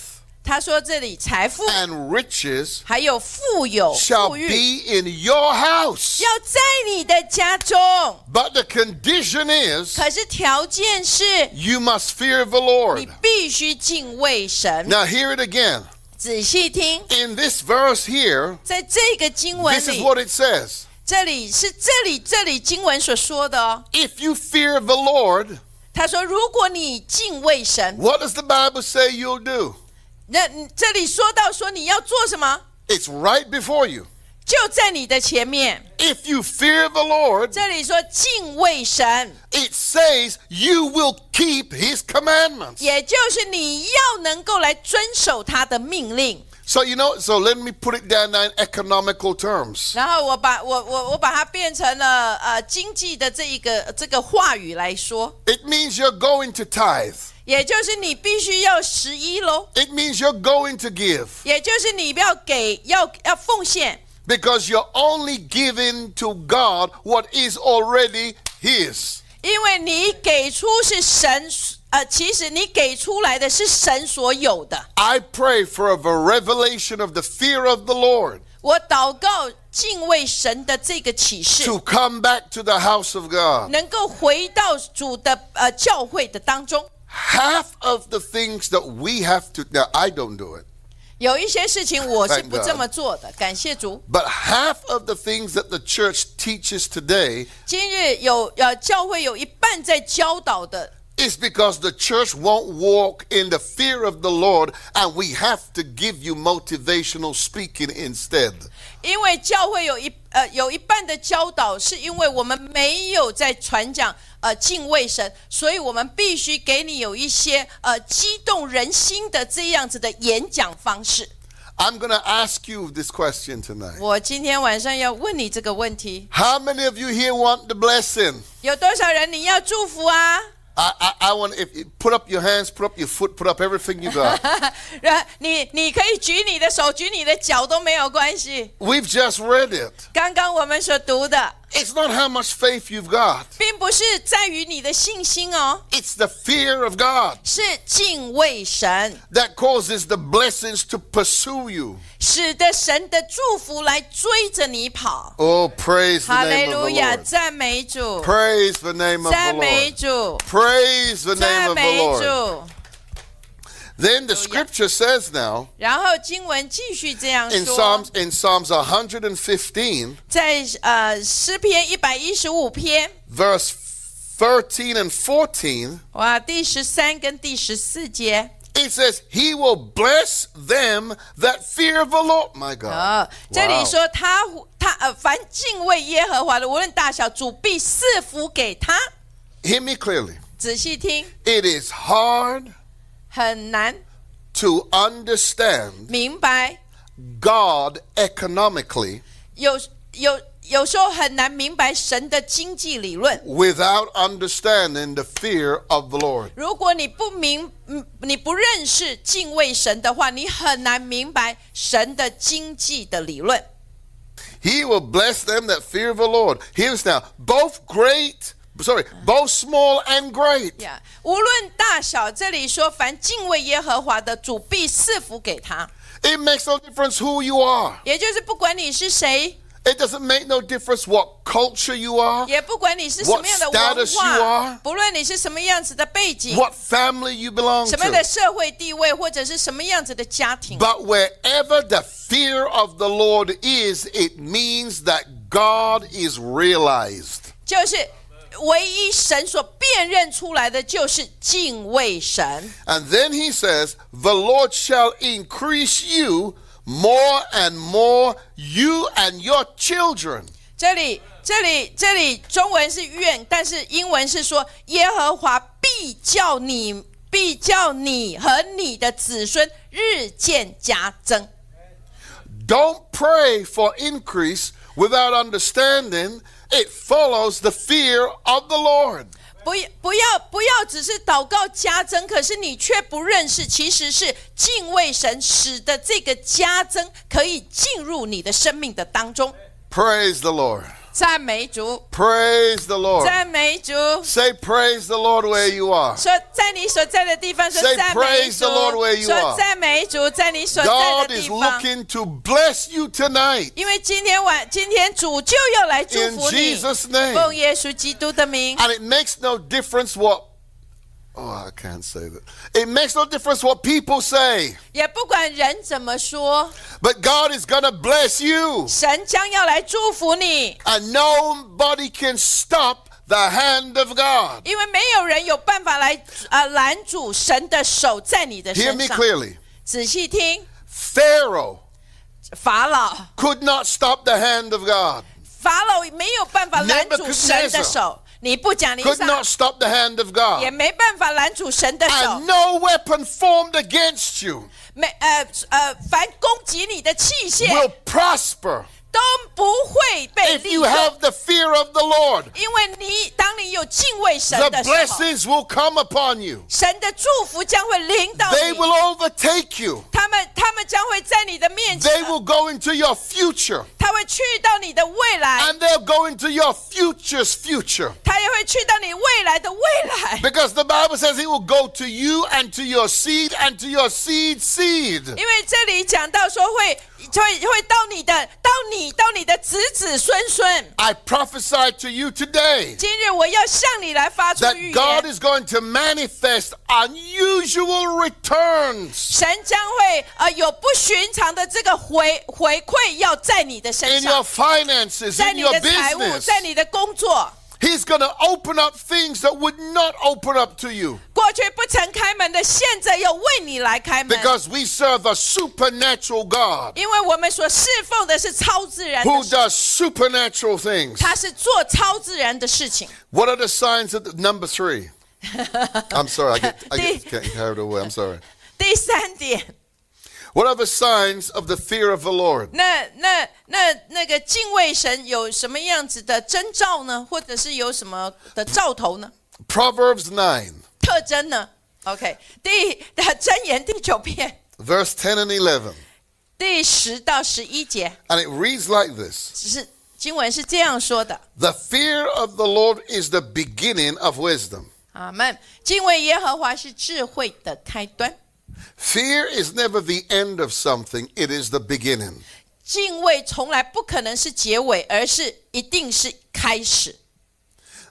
他说这里财富 and riches 还有富有 shall 富裕， be in your house. 要在你的家中。 But the condition is 可是条件是 you must fear the 你 Lord. 必须敬畏神。 Now hear it again. 仔细听， In this verse here, 在这个经文 this is 里， what it says. 这里是这里这里经文所说的哦。 If you fear the Lord, 他说，如果你敬畏神， what does the Bible say you'll do? 那这里说到说你要做什么， It's right before you. 就在你的前面。 If you fear the Lord, 这里说敬畏神， it says you will keep his commandments. 也就是你要能够来遵守他的命令。 So you know, so let me put it down now in economical terms. 然后我把我我我把它变成了呃经济的这一个这个话语来说， It means you're going to tithe. 也就是你必须要十一喽， It means you're going to give 也就是你要给要要奉献， because you're only giving to God what is already his. 因为你给出是神呃，其实你给出来的是神所有的。 I pray for a revelation of the fear of the Lord 我祷告敬畏神的这个启示， to come back to the house of God. 能够回到主的呃教会的当中。 Half of the things that we have to now I don't do it. 有一些事情我是 Thank 不 God 这么做的，感谢主。 But half of the things that the church teaches today 今日有呃教会有一半在教导的， is because the church won't walk in the fear of the Lord and we have to give you motivational speaking instead. 因为教会有一呃有一半的教导，是因为我们没有在传讲呃敬畏神，所以我们必须给你有一些呃激动人心的这样子的演讲方式。 I'm going to ask you this question tonight. 我今天晚上要问你这个问题： How many of you here want the blessing? 有多少人你要祝福啊？ I, I, I want if you put up your hands, put up your foot, put up everything you got. 然你你可以举你的手，举你的脚都没有关系。 We've just read it. 刚刚我们所读的， It's not how much faith you've got. 并不是在于你的信心哦， It's the fear of God 是敬畏神， that causes the blessings to pursue you. 使得神的祝福来追着你跑。 Oh, praise the 哈利 name of the 路亚， Lord. 赞美主， Praise the name of 赞 the 美 Lord. 主， Praise the 赞 name of 美 the Lord. 主。 Then the scripture says now 然后经文继续这样 in 说 Psalms，in Psalms 115, 在呃诗篇一百一十五篇， verse 13 and 14, 哇，第十三跟第十四节。 it says, He will bless them that fear the Lord. My 呃 God.，这里 Wow. 说他他呃，凡敬畏耶和华的，无论大小，主必赐福给他。 Hear me clearly. 仔细听， It is hard 很难 to understand 明白， God economically 有有有时候很难明白神的经济理论。 without understanding the fear of the Lord. 如果你不明，嗯你不认识敬畏神的话，你很难明白神的经济的理论。 He will bless them that fear the Lord. Here's now both great, sorry, both small and great. 呀、无论大小，这里说凡敬畏耶和华的，主必赐福给他。 It makes no difference who you are. 也就是不管你是谁， It doesn't make no difference what culture you are, 也不管你是什么样的文 What status you 化 are.，不论你是什么样子的背景、 what family you belong 什么样的 to. 社会地位，或者是什么样子的家庭， But wherever the fear of the Lord is, it means that God is realized. 就是唯一神所辨认出来的就是敬畏神。 And then he says, The Lord shall increase you more and more, you and your children. 这里，这里，这里，中文是愿，但是英文是说耶和华必叫你，必叫你和你的子孙日渐加增。 Don't pray for increase without understanding it follows the fear of the Lord. 不要不要不要只是祷告加增，可是你却不认识，其实是敬畏神，使得这个加增可以进入你的生命的当中。 Praise the Lord. 赞美主， Praise the Lord. 赞美主， Say praise the Lord where you are. 说在你所在的地方说 Say 赞美 praise 主 the Lord where，you 说 are 赞美主，在你所在 God 的地 is 方。 looking to bless you tonight 因为今天晚，今天主就要来祝 in 福你， Jesus' name. 奉耶稣基督的名。 And it makes no difference what. Oh, I can't say that. It makes no difference what people say. 也不管人怎么说， But God is going to bless you. 神将要来祝福你， And nobody can stop the hand of God. 因为没有人有办法来呃拦阻神的手在你的 Hear 身 me 上。 clearly. 仔细听， Pharaoh 法老， could not stop the hand of God, 法老没有办法拦阻神的手，你不讲理 could 想 not stop the hand of 也 God. 没办法拦阻神的手 And，no weapon formed against you 没呃呃，凡攻击你的器械 will prosper 都不会被 if 利 you 用。 have the fear of the Lord. 因为你当你有敬畏神 The 的时候， blessings will come upon you, 神的祝福将会临到 they 你， will overtake you, 他们他们将会在你的面 they 前， will go into your future, 他会去到你的未来， and they'll go into your future's future. 他也会去到你未来的未来， Because the Bible says he will go to you and to your seed and to your seed seed. 因为这里讲到说会会会到你的，到你到你的子子孙孙。 I prophesy to you today 今日我要向你来发出 that 预 God 言， is going to manifest unusual returns 神将会呃有不寻常的这个回回馈要在你的身 in your 上， finances, 在 in 你 your 的财务， business. 在你的工作。 He's going to open up things that would not open up to you 过去不曾开门的，现在要为你来开门。 because we serve a supernatural God 因为我们所侍奉的是超自然的 who 事， does supernatural things. 他是做超自然的事情。 What are the signs of the, number three? I'm sorry, I get, I get getting carried away. I'm sorry. 第三点， What are the signs of the fear of the Lord? 那那那那个敬畏神有什么样子的征兆呢？或者是有什么的兆头呢？ Proverbs 9, 特征呢？OK，第箴言第九篇 verse 10 and 11. 第十到十一节， And it reads like this 只是经文是这样说的。 The fear of the Lord is the beginning of wisdom. 阿门。敬畏耶和华是智慧的开端。 Fear is never the end of something, it is the beginning. 敬畏从来不可能是结尾，而是一定是开始。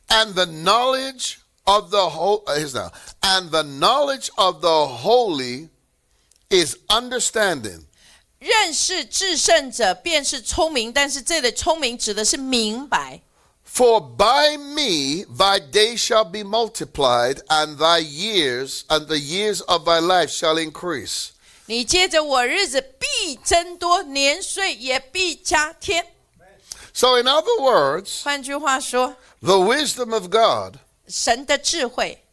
And the knowledge of the whole is now. And the knowledge of the holy is understanding. 认识至圣者便是聪明，但是这里聪明指的是明白。 For by me thy days shall be multiplied, and thy years and the years of thy life shall increase. 你接着我日子必增多，年岁也必加添。 So, in other words, 换句话说， the wisdom of God 神的智慧，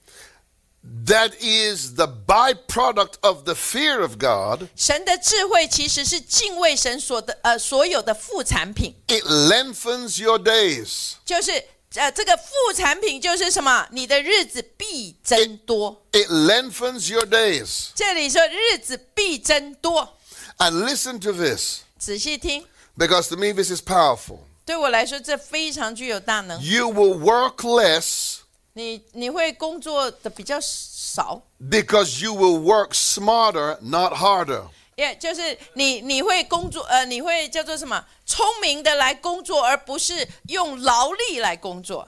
that is the byproduct of the fear of God, 神的智慧其实是敬畏神所的呃所有的副产品， it lengthens your days, 就是呃这个副产品就是什么？你的日子必增多。 it lengthens your days. 这里说日子必增多， And listen to this, 仔细听。 because to me this is powerful. 对我来说，这非常具有大能。 You will work less 你你会工作的比较少， because you will work smarter, not harder. 也、就是你你会工作，呃，你会叫做什么？聪明的来工作，而不是用劳力来工作。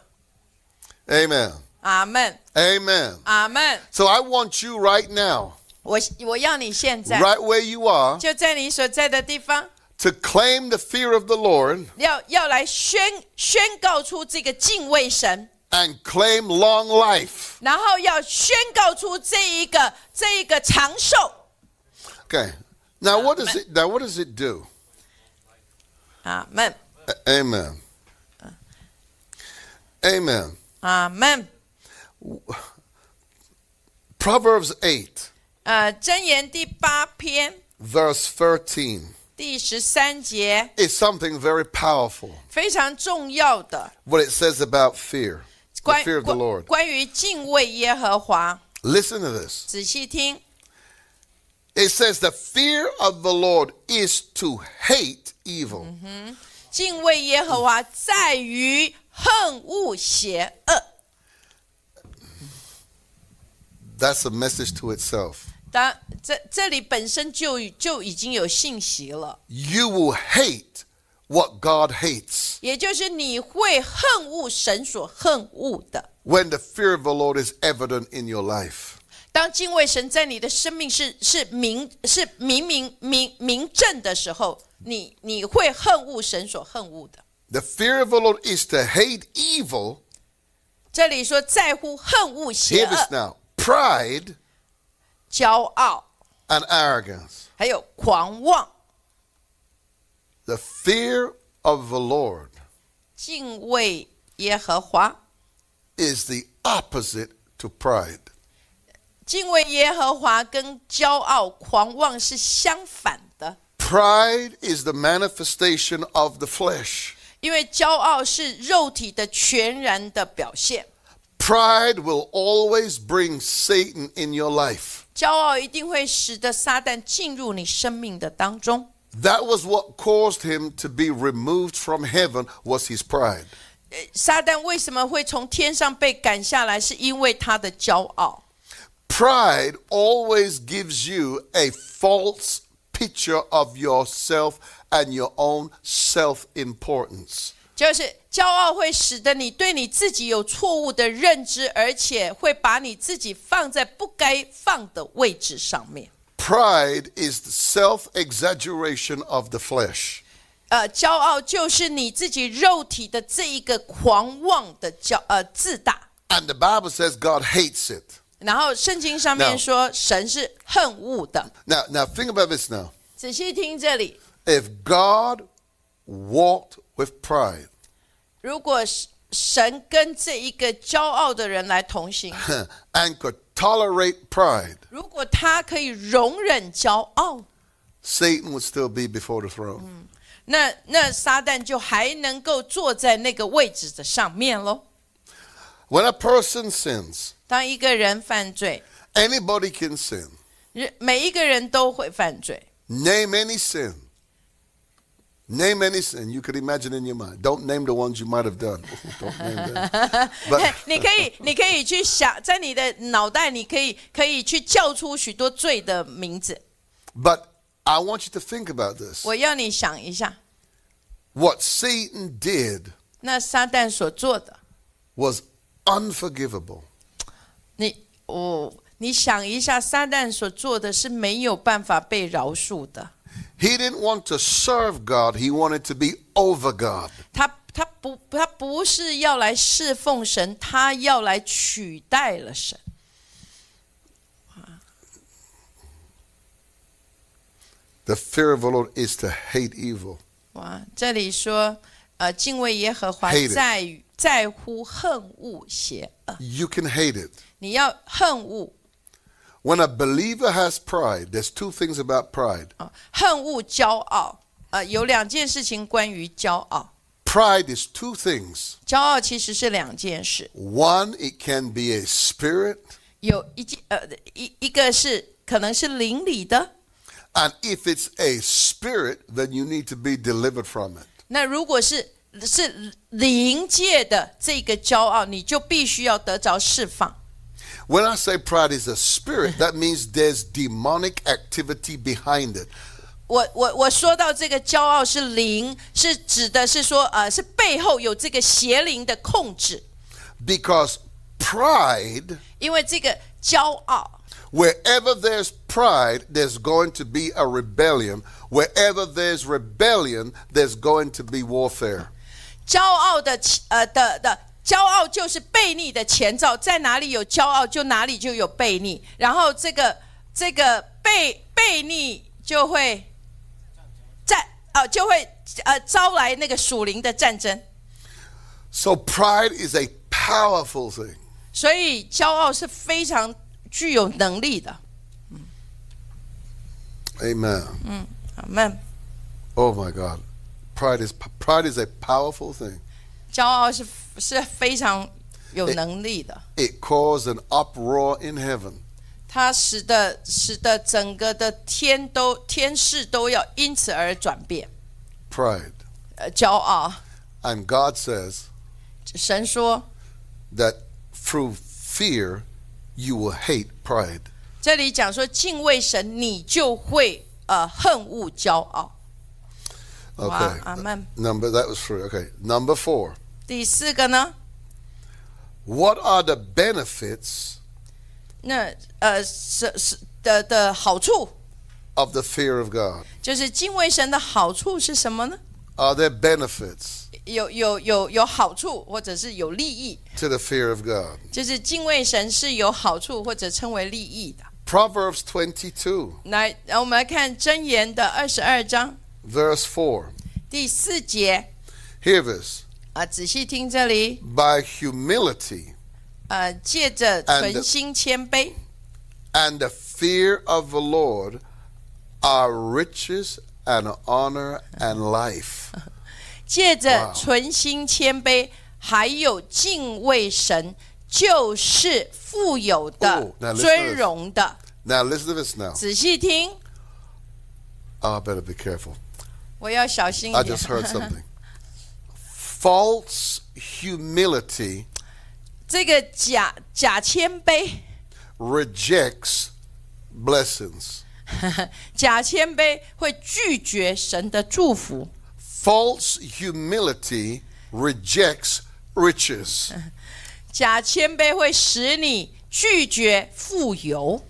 Amen. 阿门， Amen. 阿门。 So I want you right now, 我我要你现在 right where you are, 就在你所在的地方， to claim the fear of the Lord 要要来宣宣告出这个敬畏神， and claim long life. 然后要宣告出这一个这一个长寿。 Okay. Now what does it now what does it do? 阿门， A- Amen. Amen. 阿门。 Proverbs 8, 呃，箴言第八篇 verse 13. 第第十三节 is something very powerful. 非常重要的 What it says about fear, the 关 fear of the 关 Lord. 关于敬畏耶和华， Listen to this. 仔细听， It says the fear of the Lord is to hate evil. 敬畏耶和华在于恨恶邪恶。 That's a message to itself. 当这这里本身就就已经有信息了， You will hate what God hates 也就是你会恨恶神所恨恶的。 when the fear of the Lord is evident in your life. 当敬畏神在你的生命是是明是明明明明正的时候，你你会恨恶神所恨恶的。 The fear of the Lord is to hate evil. 这里说在乎恨恶邪 Hear this 恶、 now pride 骄傲， and arrogance. 还有狂妄。 The fear of the Lord 敬畏耶和华， is the opposite to pride. 敬畏耶和华跟骄傲、狂妄是相反的。 Pride is the manifestation of the flesh. 因为骄傲是肉体的全然的表现， Pride will always bring Satan in your life. 骄傲一定会使得撒旦进入你生命的当中。 That was what caused him to be removed from heaven was his pride. 呃撒旦为什么会从天上被赶下来？是因为他的骄傲。 Pride always gives you a false picture of yourself and your own self-importance. 就是骄傲会使得你对你自己有错误的认知，而且会把你自己放在不该放的位置上面。 Pride is the self-exaggeration of the flesh. 呃，骄傲就是你自己肉体的这一个狂妄的骄呃自大。 And the Bible says God hates it. 然后圣经上面 No 说，神是恨恶的。 Now now think about this now. 仔细听这里， If God walked with pride, 如果是神跟这一个骄傲的人来同行， and could tolerate pride, 如果他可以容忍骄傲， Satan would still be before the throne. 那那撒旦就还能够坐在那个位置的上面喽。 When a person sins, 当一个人犯罪， anybody can sin. 人每一个人都会犯罪。 Name any sin. Name any sin you could imagine in your mind. Don't name the ones you might have done. Don't name them. But 你可以，你可以去想，在你的脑袋，你可以可以去叫出许多罪的名字。 but I want you to think about this. 我要你想一下， What Satan did 那撒旦所做的， was unforgivable. 你哦，你想一下，撒旦所做的是没有办法被饶恕的。 He didn't want to serve God. He wanted to be over God. 他他不他不是要来侍奉神，他要来取代了神。 The fear of the Lord is to hate evil. 哇，这里说，呃，敬畏耶和华 Hate it 在于在乎恨恶邪恶， You can hate it. 你要恨恶 When a believer has pride, there's two things about pride. 啊、恨恶骄傲。呃，有两件事情关于骄傲， Pride is two things. 骄傲其实是两件事， One, it can be a spirit, 有一件呃一一个是可能是邻里的， and if it's a spirit, then you need to be delivered from it. 那如果是是灵界的这个骄傲，你就必须要得着释放。 When I say pride is a spirit, that means there's demonic activity behind it. 我我我说到这个骄傲是灵，是指的是说呃是背后有这个邪灵的控制， Because pride, 因为这个骄傲， wherever there's pride, there's going to be a rebellion. Wherever there's rebellion, there's going to be warfare. 骄傲的起呃的的骄傲就是悖逆的前兆，在哪里有骄傲，就哪里就有悖逆，然后这个这个悖悖逆就会战呃就会呃招来那个属灵的战争。 So pride is a powerful thing. 所以骄傲是非常具有能力的。 Amen. 阿门。 Oh my God, pride is pride is a powerful thing. 骄傲是是非常有能力的， It caused an uproar in heaven. 它使得使得整个的天都天势都要因此而转变。 Pride, 呃，骄傲， and God says 神说， that through fear you will hate pride. 这里讲说敬畏神，你就会呃恨恶骄傲。 Okay. 阿门。 Number that was three. Okay. Number four. 第四个呢， What are the benefits? 那呃是是的的好处， of the fear of God? 就是敬畏神的好处是什么呢？ Are there benefits 有有有有好处，或者是有利益， to the fear of God? 就是敬畏神是有好处或者称为利益的。 Proverbs 22, 来，然后我们来看箴言的二十二章 verse 4. 第四节 Hear this. 啊，仔细听这里， By humility 呃，借着 And- 存心谦卑， and the fear of the Lord are riches and honor and life. 借着 Wow 存心谦卑，还有敬畏神，就是富有的 Oh, now listen to this 尊荣的。 Now listen to this now. 仔细听， Oh, I better be careful. 我要小心一 I 点 just。heard something. False humility 这个假假谦卑， rejects blessings. 假谦卑会拒绝神的祝福。 False humility rejects riches. 假谦卑会使你拒绝富有，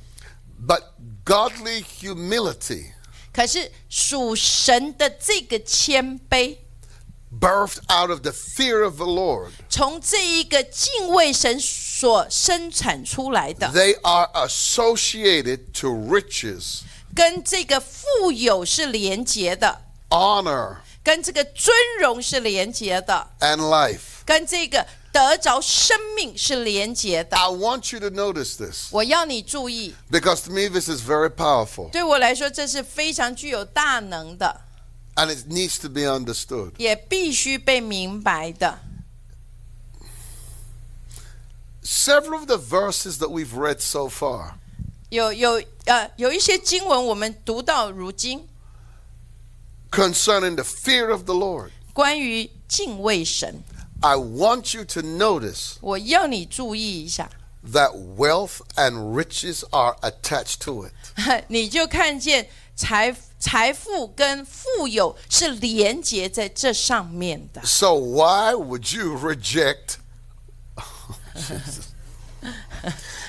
But godly humility, 可是属神的这个谦卑， birthed out of the fear of the Lord, 从这一个敬畏神所生产出来的， they are associated to riches, 跟这个富有是连结的， honor, 跟这个尊荣是连结的， and life. 跟这个得着生命是连结的。 I want you to notice this 我要你注意， because to me this is very powerful 对我来说这是非常具有大能的， and it needs to be understood. 也必须被明白的。 Several of the verses that we've read so far 有有呃有一些经文我们读到如今， concerning the fear of the Lord, 关于敬畏神， I want you to notice 我要你注意一下， that wealth and riches are attached to it. 你就看见财财富跟富有是连结在这上面的。 So why would you reject?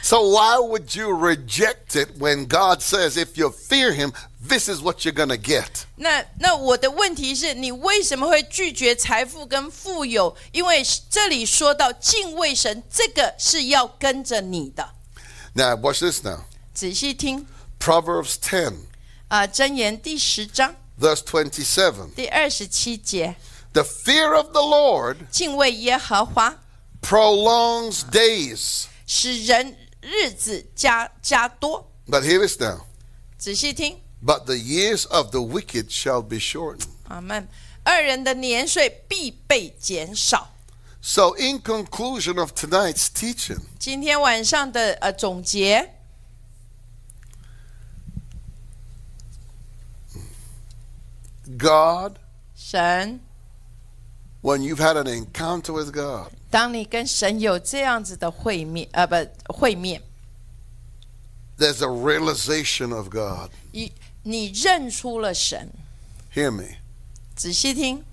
so why would you reject it when God says, if you fear Him, this is what you're gonna get? 那那我的问题是你为什么会拒绝财富跟富有？因为这里说到敬畏神，这个是要跟着你的。 Now watch this. Now 仔细听 Proverbs 10, 啊，箴言第十章 verse 27. 第二十七节， The fear of the Lord 敬畏耶和华。 prolongs days. 使人日子加加多。 But hear this now. 仔细听， But the years of the wicked shall be shortened. 阿门。二人的年岁必被减少。 So, in conclusion of tonight's teaching, 今天晚上的呃总结， God, 神， when you've had an encounter with God, 当你跟神有这样子的会面，呃，不会面， there's a realization of God. 你你认出了神。 Hear me. 仔细听，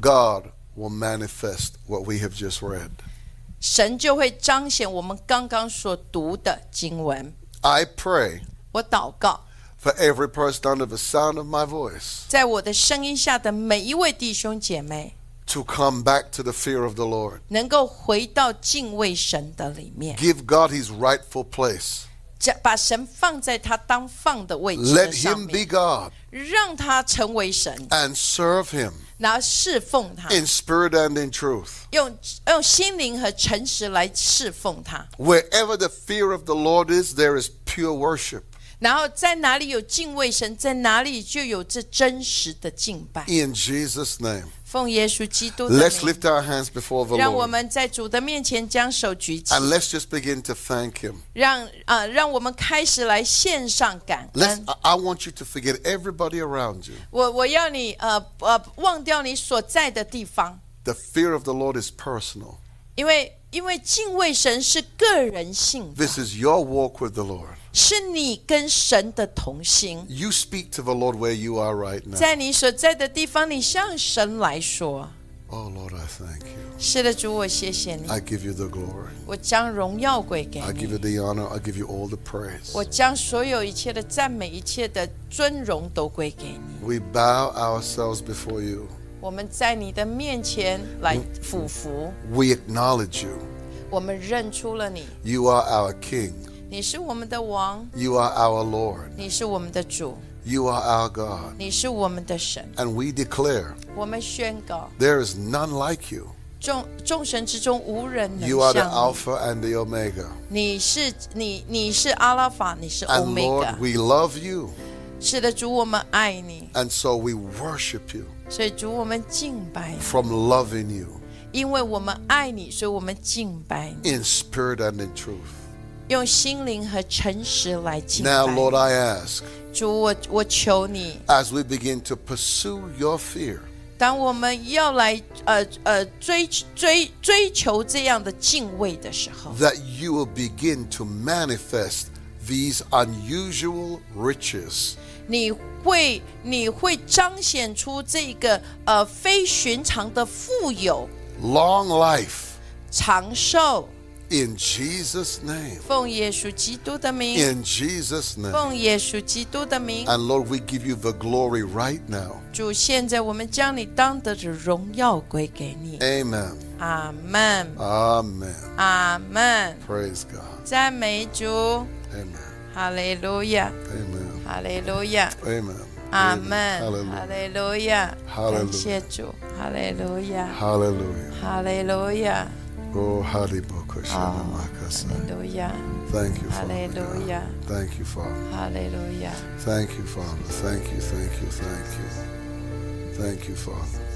God will manifest what we have just read. 神就会彰显我们刚刚所读的经文。 I pray 我祷告， for every person under the sound of my voice 在我的声音下的每一位弟兄姐妹， to come back to the fear of the Lord. 能够回到敬畏神的里面。 Give God his rightful place. 将把神放在他当放的位置 Let 的上 him be，面 God 让他成为神， and serve him 然后侍奉他， in spirit and in truth. 用用心灵和诚实来侍奉他。 Wherever the fear of the Lord is, there is pure worship. 然后在哪里有敬畏神，在哪里就有这真实的敬拜。 In Jesus' name. 奉耶稣基督的 Let's 名， lift our hands before the 让我 Lord 们在主的面前将手举起， and let's just begin to thank Him. 让啊、让我们开始来献上感 Let's, 恩。 I- I want you to forget everybody around you. 我我要你呃呃忘掉你所在的地方， The fear of the Lord is personal. 因为因为敬畏神是个人性的， This is your walk with the Lord. 是你跟神的同心。 You speak to the Lord where you are right now. 在你所在的地方，你向神来说 Oh Lord, I thank you.：“ 是的，主，我谢谢你， I give you the glory. 我将荣耀归给 I 你 give you，the honor. I give you all the praise. 我将所有一切的赞美、一切的尊荣都归给 We 你。bow ourselves before you. 我们在你的面前来嗯俯伏， We acknowledge you. 我们认出了你， You are our King. 你是我们的王， You are our Lord. 你是我们的主， You are our God. 你是我们的神。 And we declare 我们宣告， there is none like you. 众众神之中无人能 You are the 像 Alpha and the Omega. 你。你是你，你是阿拉法，你是 And Lord, Omega。 we love you. 是的，主，我们爱你。 And so we worship you 所以主，我们敬拜你， from loving you 因为我们爱你，所以我们敬拜你， in spirit and in truth. 用心灵和诚实来敬拜 Now, 你。 Lord, I ask 主，我我求你， as we begin to pursue your fear, 当我们要来呃呃追追追求这样的敬畏的时候， that you will begin to manifest these unusual riches. 你会你会彰显出这个呃非寻常的富有、 Long life 长寿。 in Jesus' name. 奉耶稣基督的名， In Jesus' name. 奉耶稣基督的名， And Lord, we give you the glory right now. 主，现在我们将你当得的荣耀归给你。 Amen. 阿门， Amen. 阿门， Praise God. 赞美主， Amen. 哈利路亚， Amen. 哈利路亚， Amen. 阿门，Hallelujah. 哈利路亚， Hallelujah 感谢主，哈利路亚， Hallelujah. 哈利路亚， Oh, Hallelujah. Shalamakasai. 路亚， Thank you, Father. Hallelujah. God. Thank you, Father. 哈利路亚， Thank you, Father. Thank you, thank you, thank you. Thank you, Father. Mm. Oh, Mm.